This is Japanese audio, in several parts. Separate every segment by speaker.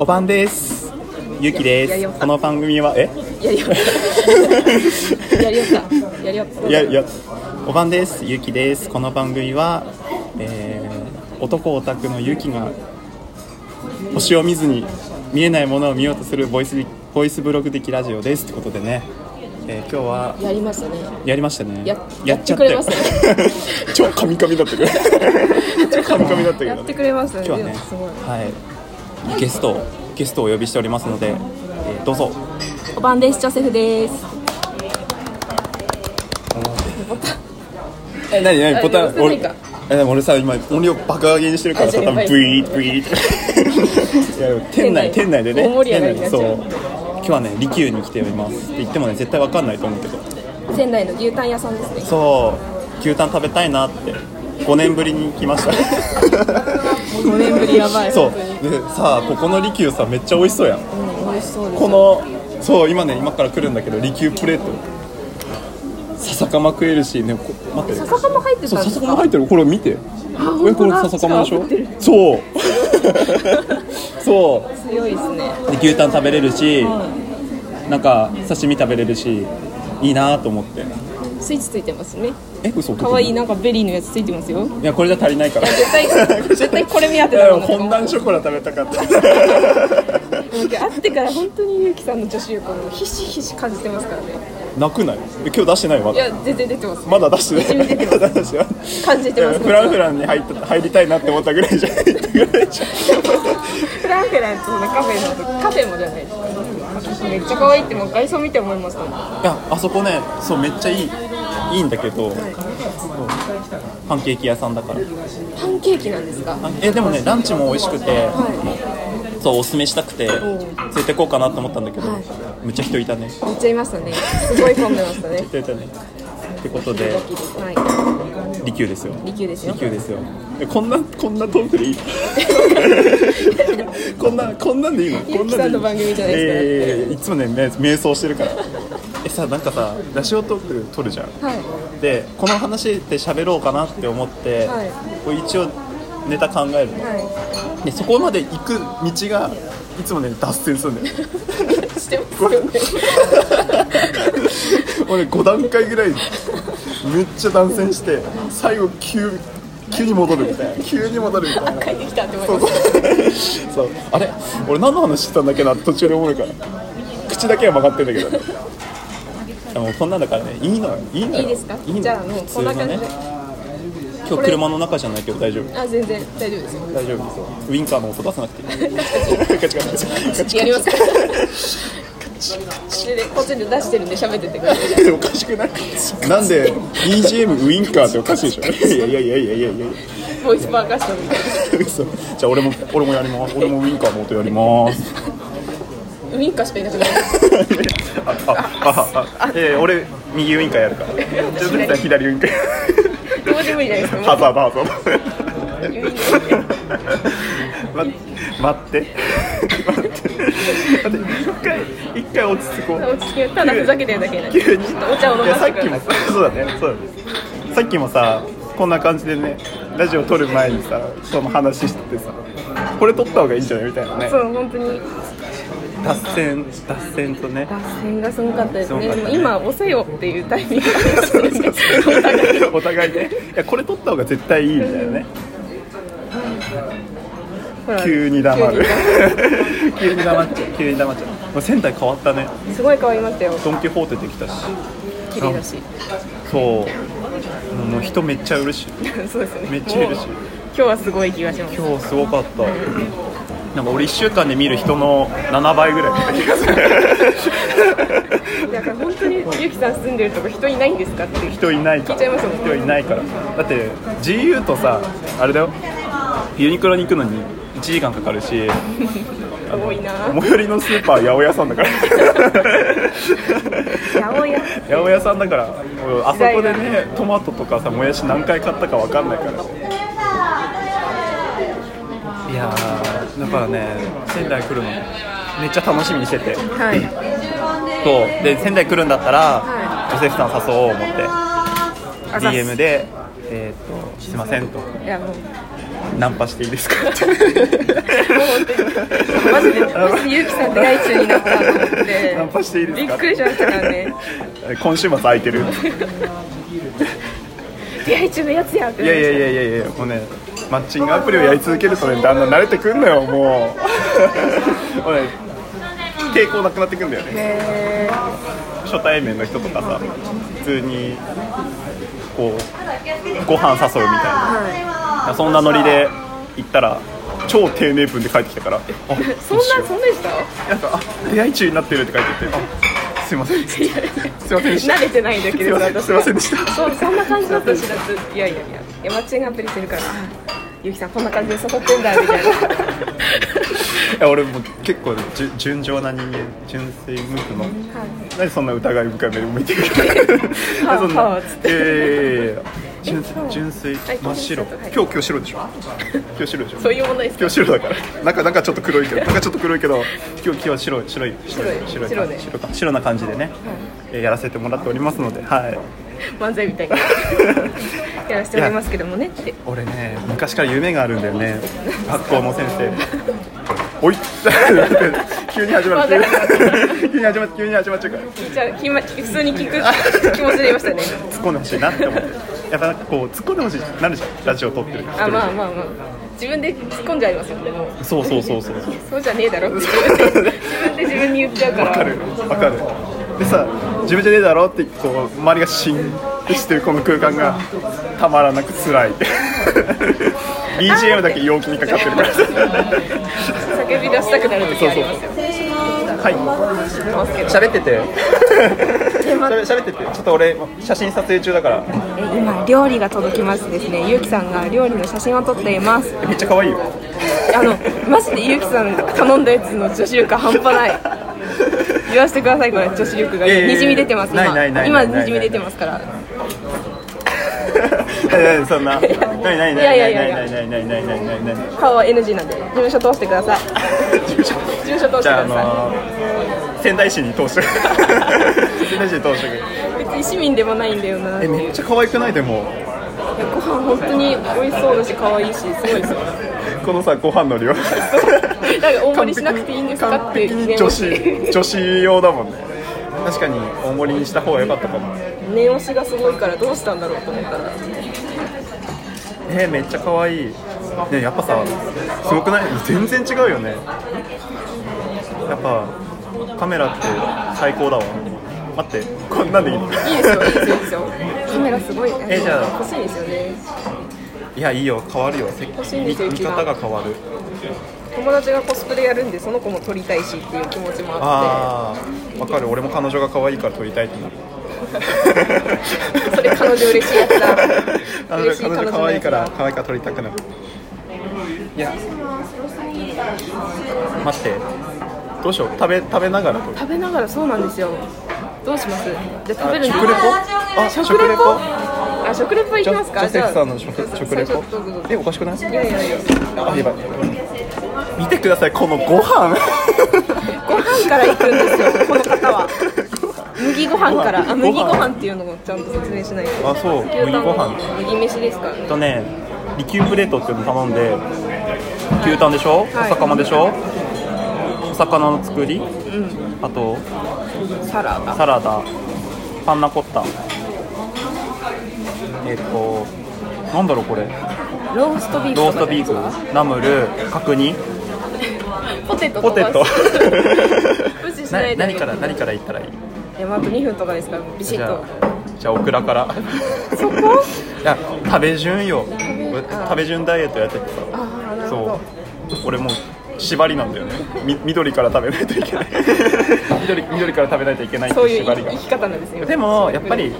Speaker 1: おばんです。ゆき
Speaker 2: ややり
Speaker 1: で
Speaker 2: よっ
Speaker 1: す。
Speaker 2: た
Speaker 1: この番組はえ？
Speaker 2: やりよった。やりよった。やりよった。
Speaker 1: いやいや。おばんです。ゆきです。この番組は、えー男オタクのゆきが星を見ずに見えないものを見ようとするボイスボイスブログ的ラジオですってことでね。えー今日は
Speaker 2: やりましたね。
Speaker 1: やりましたね。
Speaker 2: や
Speaker 1: やっちゃったよ
Speaker 2: やってくれま。
Speaker 1: 超カミカミだ ったけど。超カミカミだったけど
Speaker 2: やっ。てくれますね。
Speaker 1: 今日はね、
Speaker 2: すごい。
Speaker 1: はい、ゲストをゲストをお呼びしておりますので、えーどうぞ。
Speaker 2: おばんです。ジョセフです。
Speaker 1: え、なにな
Speaker 2: あ
Speaker 1: にボタ
Speaker 2: や
Speaker 1: ン
Speaker 2: ばくない
Speaker 1: 俺
Speaker 2: か
Speaker 1: え、でも俺さ今音量爆上げにしてるから
Speaker 2: あじ
Speaker 1: さ
Speaker 2: ゃあ
Speaker 1: 多分
Speaker 2: やばい
Speaker 1: ブイーブイーって。い やでも店内店内
Speaker 2: 店
Speaker 1: で
Speaker 2: 内
Speaker 1: ね。
Speaker 2: 大盛り上がりになっちゃう
Speaker 1: 店内でそう。今日はね利休に来ております。って言ってもね絶対わかんないと思うけど。
Speaker 2: 仙台の牛タン屋さんですね。
Speaker 1: そう牛タン食べたいなって5年ぶりに来ま した。
Speaker 2: 五年ぶりやばい。
Speaker 1: そう
Speaker 2: 本当に。
Speaker 1: でさあここの利休さめっちゃ美味しそうやん。
Speaker 2: うん、美味しそうです。
Speaker 1: このそう今ね今から来るんだけど利休プレート笹かま食えるしねこ待って
Speaker 2: 笹かま入って
Speaker 1: そう
Speaker 2: たんです
Speaker 1: 笹かま
Speaker 2: か。
Speaker 1: 入ってるこれ見てえ
Speaker 2: 本当だ
Speaker 1: これ笹かまでしょ
Speaker 2: 近くに
Speaker 1: そう そ
Speaker 2: 強いですね。
Speaker 1: うで牛タン食べれるし
Speaker 2: うん
Speaker 1: なんか刺身食べれるしいいなと思って
Speaker 2: スイーツついてますね。
Speaker 1: え嘘
Speaker 2: 可愛いなんかベリーのやつついてますよ。
Speaker 1: いやこれじゃ足りない から
Speaker 2: 絶対絶対これ目当て
Speaker 1: いや
Speaker 2: だ
Speaker 1: でも
Speaker 2: ろうなと思
Speaker 1: 本
Speaker 2: う。
Speaker 1: 段ショコラ食べたかった
Speaker 2: 会ってから本当にゆうきさんの女子力をひしひし感じてますからね。
Speaker 1: 泣くないえ今日出してないま
Speaker 2: い
Speaker 1: だ
Speaker 2: や全然出てます。
Speaker 1: まだ出してない
Speaker 2: 一応出 て
Speaker 1: まだ出してない
Speaker 2: 感じ
Speaker 1: い
Speaker 2: てま
Speaker 1: や
Speaker 2: す。
Speaker 1: フランフランに入った入りたいなって思ったぐらいじゃん入ったぐらいじゃん
Speaker 2: フランフランとそのカフェのカフェもじゃないですかめっちゃ可愛いってもう外装見て思いましたもん
Speaker 1: いやあそこねそうめっちゃいいいいんだけど、パンケーキ屋さんだから
Speaker 2: パンケーキなんですか
Speaker 1: あえでもねランチも美味しくてそうおすすめしたくて連れてこうかなと思ったんだけど、めっちゃ人いたね
Speaker 2: めっちゃいましたねすごい混んでましたね
Speaker 1: 人いたねってことで
Speaker 2: は
Speaker 1: 利休ですよ
Speaker 2: い、利休です
Speaker 1: 利
Speaker 2: よ
Speaker 1: 休ですよえこんなこんなトークでい いこんなこんなんでいいのこんなんでいい
Speaker 2: ゆきさんの番組じゃないです
Speaker 1: か、えー、いつもねめ瞑想してるからえさなんかさラジオトーク撮るじゃん
Speaker 2: は
Speaker 1: でこの話で喋ろうかなって思って、
Speaker 2: はい
Speaker 1: こう一応ネタ考える
Speaker 2: い
Speaker 1: の、
Speaker 2: は
Speaker 1: でそこまで行く道がいつもね脱線するんだよ
Speaker 2: いしてますよね
Speaker 1: 俺5段階ぐらいめっちゃ断線して最後急急に戻るみたいな急に戻るみたいな
Speaker 2: 帰ってきたって思い
Speaker 1: そう
Speaker 2: まし
Speaker 1: そうそうあれ俺何の話してたんだっけなって途中で思うから口だけは曲がってんだけどねでもこんなんだからねいいのよいいの
Speaker 2: た
Speaker 1: よ
Speaker 2: いいですか
Speaker 1: の
Speaker 2: じゃあもうこんな感じ
Speaker 1: 普
Speaker 2: で
Speaker 1: 通のね今日車の中じゃないけど大丈夫
Speaker 2: あ全然大丈夫ですよ
Speaker 1: 大丈夫ですよウィンカーの音出さなくてい いカチカチカチカチカチ
Speaker 2: やりますからででこっちで出してるんで喋っててください
Speaker 1: おかしくないなんで BGM ウィンカーっておかしいでしょいやいやいやいやいやいや
Speaker 2: ボイスパーカッションみたい
Speaker 1: 嘘じゃあ俺も俺もやります俺もウィンカーの音やります
Speaker 2: なウインカーしかいなくなる
Speaker 1: ああああえー俺右ウィンカーやるからちょっとさ左ウィンカー
Speaker 2: どうでもいいじゃないですかも
Speaker 1: ハザードハザー
Speaker 2: うウインカー
Speaker 1: ドま 待って待って待って一回一回落ち着こう
Speaker 2: 落ち着けただふざけてるだけなんで
Speaker 1: 急に
Speaker 2: ちょっとお茶を飲
Speaker 1: い
Speaker 2: ま
Speaker 1: やさ
Speaker 2: せ
Speaker 1: って
Speaker 2: く
Speaker 1: き
Speaker 2: ださ
Speaker 1: も
Speaker 2: い
Speaker 1: そうだねそうだねさっきもさこんな感じでねラジオ撮る前にさその話しててさこれ撮った方がいいんじゃないみたいなね
Speaker 2: そう本当に
Speaker 1: 脱線脱線とね
Speaker 2: 脱線がすごかったです
Speaker 1: すご
Speaker 2: ね
Speaker 1: かっ
Speaker 2: で
Speaker 1: た
Speaker 2: も
Speaker 1: ね
Speaker 2: 今押せよっていうタイミングがあ
Speaker 1: そう
Speaker 2: るん
Speaker 1: そう
Speaker 2: ですよねお互い
Speaker 1: そうお互いねいやこれ撮った方が絶対いいみたいなね
Speaker 2: ほら
Speaker 1: 急に黙る急
Speaker 2: 急に
Speaker 1: に黙っちゃう 急に黙っちゃうもう仙台変わったね
Speaker 2: すごい変わりましたよ
Speaker 1: ドン・キホーテできたし
Speaker 2: 綺麗だし
Speaker 1: そうもう人めっちゃいるし
Speaker 2: そうですね
Speaker 1: めっちゃいるし
Speaker 2: もう今日はすごい気がします
Speaker 1: 今日すごかったなんか俺1週間で見る人の7倍ぐらい見た気がする
Speaker 2: だから本当にゆきさん住んでるとこ人いないんですかって
Speaker 1: 人いないから
Speaker 2: 聞いちゃいますもん
Speaker 1: 人いないからだって GU とさあれだよユニクロに行くのに1時間かかるし
Speaker 2: 多いなぁ
Speaker 1: 最寄りのスーパー八百屋さんだから
Speaker 2: 八百屋
Speaker 1: 八百屋さんだからもうあそこでねトマトとかさもやし何回買ったか分かんないからいやーだからね仙台来るのめっちゃ楽しみにしてて
Speaker 2: はい
Speaker 1: そうで仙台来るんだったら、
Speaker 2: は
Speaker 1: ジョセフさん誘おう思って
Speaker 2: あざっす
Speaker 1: DM で「えー、とすいません」と
Speaker 2: いやもう
Speaker 1: 「ナンパしていいですか?」って
Speaker 2: もう本当もしゆきさんって外中になったと思って
Speaker 1: ナンパしていいですか
Speaker 2: びっくりしましたからね
Speaker 1: 今週末空いてる
Speaker 2: 出会い中のやつやって
Speaker 1: いやいやいやいやいやもうねマッチングアプリをやり続けるとねだんだん慣れてくんのよもうもうね抵抗なくなってくんだよね
Speaker 2: へ
Speaker 1: 初対面の人とかさ普通にこうご飯誘うみたいなそんなノリで行ったら超低迷分で帰ってきたからあ
Speaker 2: ーそんなそんなでした
Speaker 1: なんかあ出会い中になってるって書いててあすいません すいませんでした
Speaker 2: 慣れてないだけです
Speaker 1: いません
Speaker 2: 私
Speaker 1: すいませんでした
Speaker 2: そうそんな感じだったしだっていやいやいやいやマッチングアプリしてるからゆきさんこんな感じで誘ってんだみたいない
Speaker 1: や俺もう結構じゅ純情な人間純粋無垢のなんでそんな疑い深い目で向いてる
Speaker 2: はあ
Speaker 1: そん
Speaker 2: はあ
Speaker 1: な
Speaker 2: つっ
Speaker 1: い
Speaker 2: て
Speaker 1: やいやいやいや純
Speaker 2: そう
Speaker 1: 純粋
Speaker 2: はい
Speaker 1: 真っ白
Speaker 2: はい
Speaker 1: 今日今日白でしょ今日白でしょ
Speaker 2: そういうものです
Speaker 1: 今日白だからなんかなんかちょっと黒いけどなんかちょっと黒いけど今日今日は白い白い
Speaker 2: 白い
Speaker 1: 白い
Speaker 2: 白で
Speaker 1: 白か白な感じでね、えーやらせてもらっておりますのではい
Speaker 2: 漫才みたいにやらせておりますけどもねって
Speaker 1: 俺ね昔から夢があるんだよね学校の先生おい 急に始まる急に始まっ急に始まっちゃうから
Speaker 2: じゃあひま普通に聞く気持ちでいましたね
Speaker 1: 突っ込んでほしいなって思ってやっぱなんかこう突っ込んでほしいなるじゃんラジオ撮ってる
Speaker 2: あまあまあまあ自分で突っ込んじゃいますよねもう
Speaker 1: そうそうそう そうわ
Speaker 2: そうじゃねえだろって自分で自分で自分に言っちゃうから
Speaker 1: かるわかるでさ自分じゃねえだろってこう周りがシーンってしてるこの空間がたまらなく 辛い BGM だけ陽気にかかってるから
Speaker 2: 叫び出したくなる時ありますよ
Speaker 1: はい
Speaker 2: ますけど
Speaker 1: 喋ってて 喋っててちょっと俺写真撮影中だから
Speaker 2: え今料理が届きますですねゆうきさんが料理の写真を撮っています
Speaker 1: めっちゃ可愛いよ
Speaker 2: あのマジでゆうきさん頼んだやつの女子力半端ない言わせてくださいこれ女子力が
Speaker 1: いやいやいや
Speaker 2: にじみ出てます
Speaker 1: ないないな
Speaker 2: 今
Speaker 1: いな
Speaker 2: 今
Speaker 1: いない
Speaker 2: にじみ出てますから
Speaker 1: ええそんなないないない
Speaker 2: い
Speaker 1: な
Speaker 2: や
Speaker 1: い
Speaker 2: いやいや
Speaker 1: ないないないないないないない
Speaker 2: 顔は NG なんで事務所通してください事務所通してく
Speaker 1: じゃあ、あ
Speaker 2: ださ
Speaker 1: のー、仙台市に通してく仙台市に通してく
Speaker 2: い別に市民でもないんだよなって
Speaker 1: え
Speaker 2: いう
Speaker 1: めっちゃ可愛くないでも
Speaker 2: ご飯本当に美味しそうだし可愛いしすごいです よ
Speaker 1: このさご飯の量
Speaker 2: なんか大盛りしなくていいんですかって
Speaker 1: 完璧に女子女子用だもんね確かに大盛りにした方が良かったかも
Speaker 2: 念押しがすごいからどうしたんだろうと思ったら
Speaker 1: えー、めっちゃ可愛いねやっぱさすごくない全然違うよねやっぱカメラって最高だわ待ってこんなんでいいの
Speaker 2: いいですよいいですよいいですよカメラすごい
Speaker 1: えじゃあ
Speaker 2: 欲しいですよね
Speaker 1: いやいいよ変わるよせ
Speaker 2: しいんですよ
Speaker 1: 見見
Speaker 2: 一番
Speaker 1: 方が変わる
Speaker 2: 友達がコスプレやるんでその子も撮りたいしっていう気持ちもあっ
Speaker 1: ああわかる俺も彼女が可愛いから撮りたいって なる
Speaker 2: てそれ彼女嬉しいやつだ
Speaker 1: 彼女
Speaker 2: 嬉しい
Speaker 1: 彼女
Speaker 2: 彼女
Speaker 1: 可
Speaker 2: の
Speaker 1: 愛い
Speaker 2: やつ
Speaker 1: か
Speaker 2: だ
Speaker 1: ら可愛いから撮りたくなるいや待ってどうしよう食べ食べながら撮る
Speaker 2: 食べながらそうなんですよどうしますじゃあ食べるんで
Speaker 1: 食レポあ
Speaker 2: 食レポあ食レポいきますか
Speaker 1: ジョジョセフさんの
Speaker 2: じ
Speaker 1: 食
Speaker 2: ゃあ
Speaker 1: 食レ
Speaker 2: そう
Speaker 1: ポ
Speaker 2: そうそうそう
Speaker 1: えおかしくない
Speaker 2: いやいやいや
Speaker 1: あやばい見てくださいこのご 飯
Speaker 2: ご飯から行くんですよこの方は麦ご飯からあ
Speaker 1: ご飯
Speaker 2: 麦ご飯っていうのをちゃんと説明しないと
Speaker 1: あそう
Speaker 2: 牛タンは
Speaker 1: 麦
Speaker 2: 麦飯ですから
Speaker 1: え
Speaker 2: ね
Speaker 1: っとねリキュープレートっていうの頼んで牛タンでしょ、
Speaker 2: はい
Speaker 1: お魚でしょお魚の作り、あと
Speaker 2: サラダ
Speaker 1: サラダパンナコッタえっとなんだろうこれ
Speaker 2: ローストビーフ
Speaker 1: ロー
Speaker 2: と
Speaker 1: スト
Speaker 2: かじゃない
Speaker 1: ビ
Speaker 2: ですか
Speaker 1: ーフナムル角煮
Speaker 2: ポテト
Speaker 1: ポ
Speaker 2: と
Speaker 1: テ
Speaker 2: か
Speaker 1: ト
Speaker 2: 無視しない
Speaker 1: な
Speaker 2: で
Speaker 1: 何から何からいったらいい
Speaker 2: いやまああと2分とかですからビシ
Speaker 1: じ
Speaker 2: ッ
Speaker 1: ゃ
Speaker 2: と
Speaker 1: あじゃあオクラから
Speaker 2: そこ
Speaker 1: いや食べ順よ俺
Speaker 2: あ
Speaker 1: 食べ順ダイエットやっててさ
Speaker 2: あーなるほ
Speaker 1: そ
Speaker 2: ど
Speaker 1: う俺もう縛りなんだよねみ緑から食べないとい けない緑緑から食べないといけないって
Speaker 2: そう
Speaker 1: い
Speaker 2: いう
Speaker 1: う縛
Speaker 2: 生
Speaker 1: り
Speaker 2: き
Speaker 1: が
Speaker 2: 生き方なんですよ
Speaker 1: でもやっぱり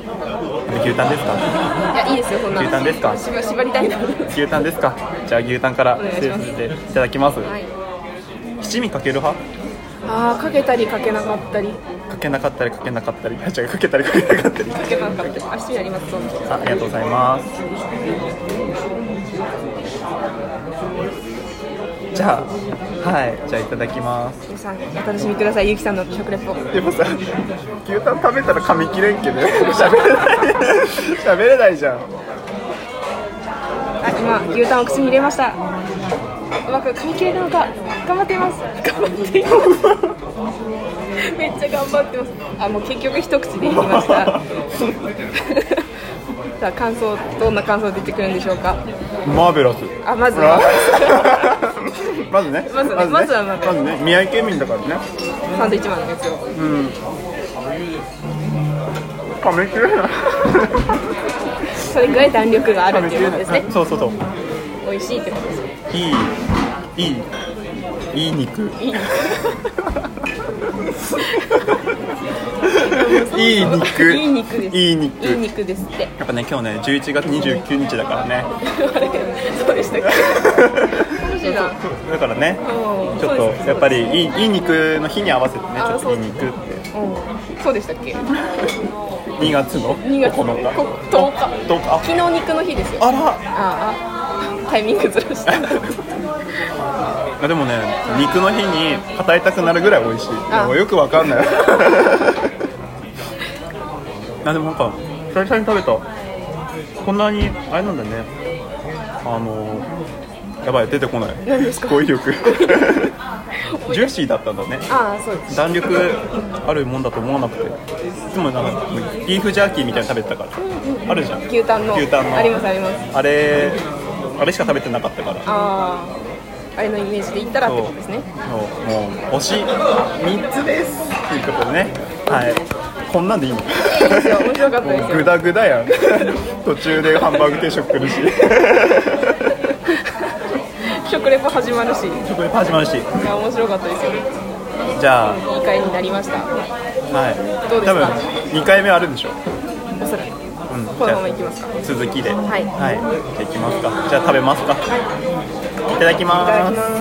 Speaker 1: 牛タンですか
Speaker 2: いやいいですよそんな
Speaker 1: 牛タンですか
Speaker 2: 縛縛りたいなは
Speaker 1: 牛タンですかじゃあ牛タンから
Speaker 2: お願いし
Speaker 1: 失礼
Speaker 2: ま
Speaker 1: さ
Speaker 2: す
Speaker 1: せていただきます、
Speaker 2: い
Speaker 1: 七味かける派
Speaker 2: ああかけたりかけなかったり
Speaker 1: かけなかったりかけなかったりあ違うかけたりかけなかったり
Speaker 2: かけなかったりあ趣味ありますそんな
Speaker 1: あありがとうございますじゃあはいじゃあいただきます
Speaker 2: 皆さんお楽しみくださいゆうきさんの食レポ
Speaker 1: でもさ、牛タン食べたら噛み切れんけど、喋れない、喋れないじゃん。
Speaker 2: あ、今牛タンを口に入れました。うまく噛み切れるのか。頑張っています頑張っていますめっちゃ頑張ってますあもう結局一口で言いました さあ感想どんな感想出てくるんでしょうか
Speaker 1: マーベラス
Speaker 2: あまず
Speaker 1: あ
Speaker 2: は
Speaker 1: ー まずね
Speaker 2: まずねまずはマーベ
Speaker 1: ま
Speaker 2: ラス
Speaker 1: ずね宮城県民だからね
Speaker 2: サンドイッチマンのやつを
Speaker 1: 噛み切れない
Speaker 2: それぐらい弾力があるっていうことですね
Speaker 1: うんそうそうそう
Speaker 2: 美味しいってことですね
Speaker 1: いいいいいい肉
Speaker 2: いい
Speaker 1: いい肉
Speaker 2: い
Speaker 1: いい肉
Speaker 2: い肉ですいい肉ですって
Speaker 1: やっぱね今日ね11月29日だからね
Speaker 2: あれそうでしたっけ楽しいな
Speaker 1: だからね
Speaker 2: うん
Speaker 1: ちょっ
Speaker 2: そう
Speaker 1: と
Speaker 2: です
Speaker 1: やっぱりいいいい肉の日に合わせてねち
Speaker 2: あ
Speaker 1: ょっといい
Speaker 2: そう
Speaker 1: 肉って
Speaker 2: うんそうでしたっ
Speaker 1: 2
Speaker 2: け
Speaker 1: 月の9
Speaker 2: 2
Speaker 1: 日
Speaker 2: 月の10日
Speaker 1: 10日
Speaker 2: 昨日肉の日ですよ
Speaker 1: あら
Speaker 2: ああタイミングずらした
Speaker 1: あでもね肉の日に語りたくなるぐらい美味しい
Speaker 2: あ
Speaker 1: もうよくわかんない あでもなんか久々に食べたこんなにあれなんだねあのやばい出てこない
Speaker 2: 何ですか
Speaker 1: 語彙 力ジューシーだったんだね
Speaker 2: ああそうです
Speaker 1: 弾力あるもんだと思わなくていつもなんかビーフジャーキーみたいに食べてたからあるじゃん
Speaker 2: 牛タンの
Speaker 1: 牛タンの
Speaker 2: ありますあります
Speaker 1: あれあれしか食べてなかったから
Speaker 2: あああれのイメージで言ったらって
Speaker 1: そう
Speaker 2: ことですね
Speaker 1: もう推し3つですということでねはいこんなんでいいの
Speaker 2: いいですよ面白かったですよ
Speaker 1: グダグダやん 途中でハンバーグ定食来るし
Speaker 2: 食レポ始まるしい
Speaker 1: そこでパジマるし
Speaker 2: や面白かったですよい
Speaker 1: じゃあ
Speaker 2: い回になりました
Speaker 1: はい
Speaker 2: どうですか
Speaker 1: 多分2回目あるんでしょ、
Speaker 2: おそらく
Speaker 1: うん、じ
Speaker 2: この
Speaker 1: ゃ
Speaker 2: ま
Speaker 1: あ
Speaker 2: まいきますか
Speaker 1: 続きではいじゃあいきますかじゃあ食べますかいただきます
Speaker 2: いただきます